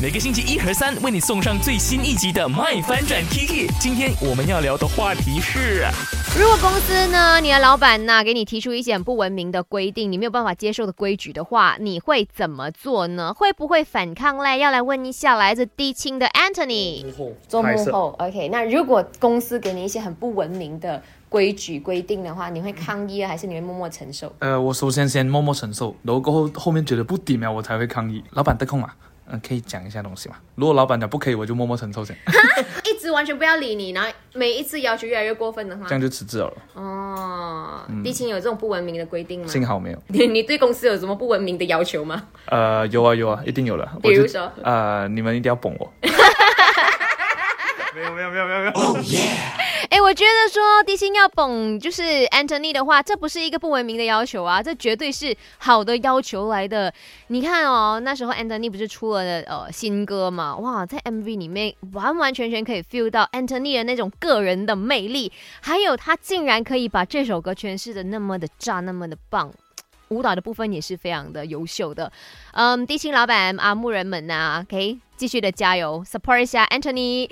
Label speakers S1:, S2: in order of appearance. S1: 每个星期一和三为你送上最新一集的《麦翻转 Kiki》。今天我们要聊的话题是，
S2: 如果公司呢，你的老板呢，给你提出一些很不文明的规定，你没有办法接受的规矩的话，你会怎么做呢？会不会反抗嘞？要来问一下来自低清的 Anthony。
S3: 做
S4: 拍
S3: 幕
S4: 摄
S3: 后，OK。那如果公司给你一些很不文明的规矩规定的话，你会抗议啊，还是你会默默承受？
S4: 呃，我首先先默默承受，然后过后后面觉得不顶了，我才会抗议。老板得空嘛？嗯、可以讲一下东西嘛？如果老板讲不可以，我就默默承受先，
S3: 嗯一直完全不要理你，然后每一次要求越来越过分的话
S4: 这，样就辞职了咯。
S3: 哦，
S4: 嗯
S3: 地勤有这种不文明的规定吗？
S4: 幸好没有。
S3: 你你对公司有什么不文明的要求吗？
S4: 呃，有啊有啊，一定有了。
S3: 嗯比如
S4: 我就
S3: 说
S4: 呃，你们一定要捧我。没有没有没有没有没有。
S2: 哎，我觉得说低清要捧就是 Anthony 的话，这不是一个不文明的要求啊，这绝对是好的要求来的。你看哦，那时候 Anthony 不是出了呃新歌嘛？哇，在 MV 里面完完全全可以 feel 到 Anthony 的那种个人的魅力，还有他竟然可以把这首歌诠释的那么的炸，那么的棒。舞蹈的部分也是非常的优秀的，嗯，低清老板啊，牧人们呐、o k 继续的加油，support 一下 Anthony，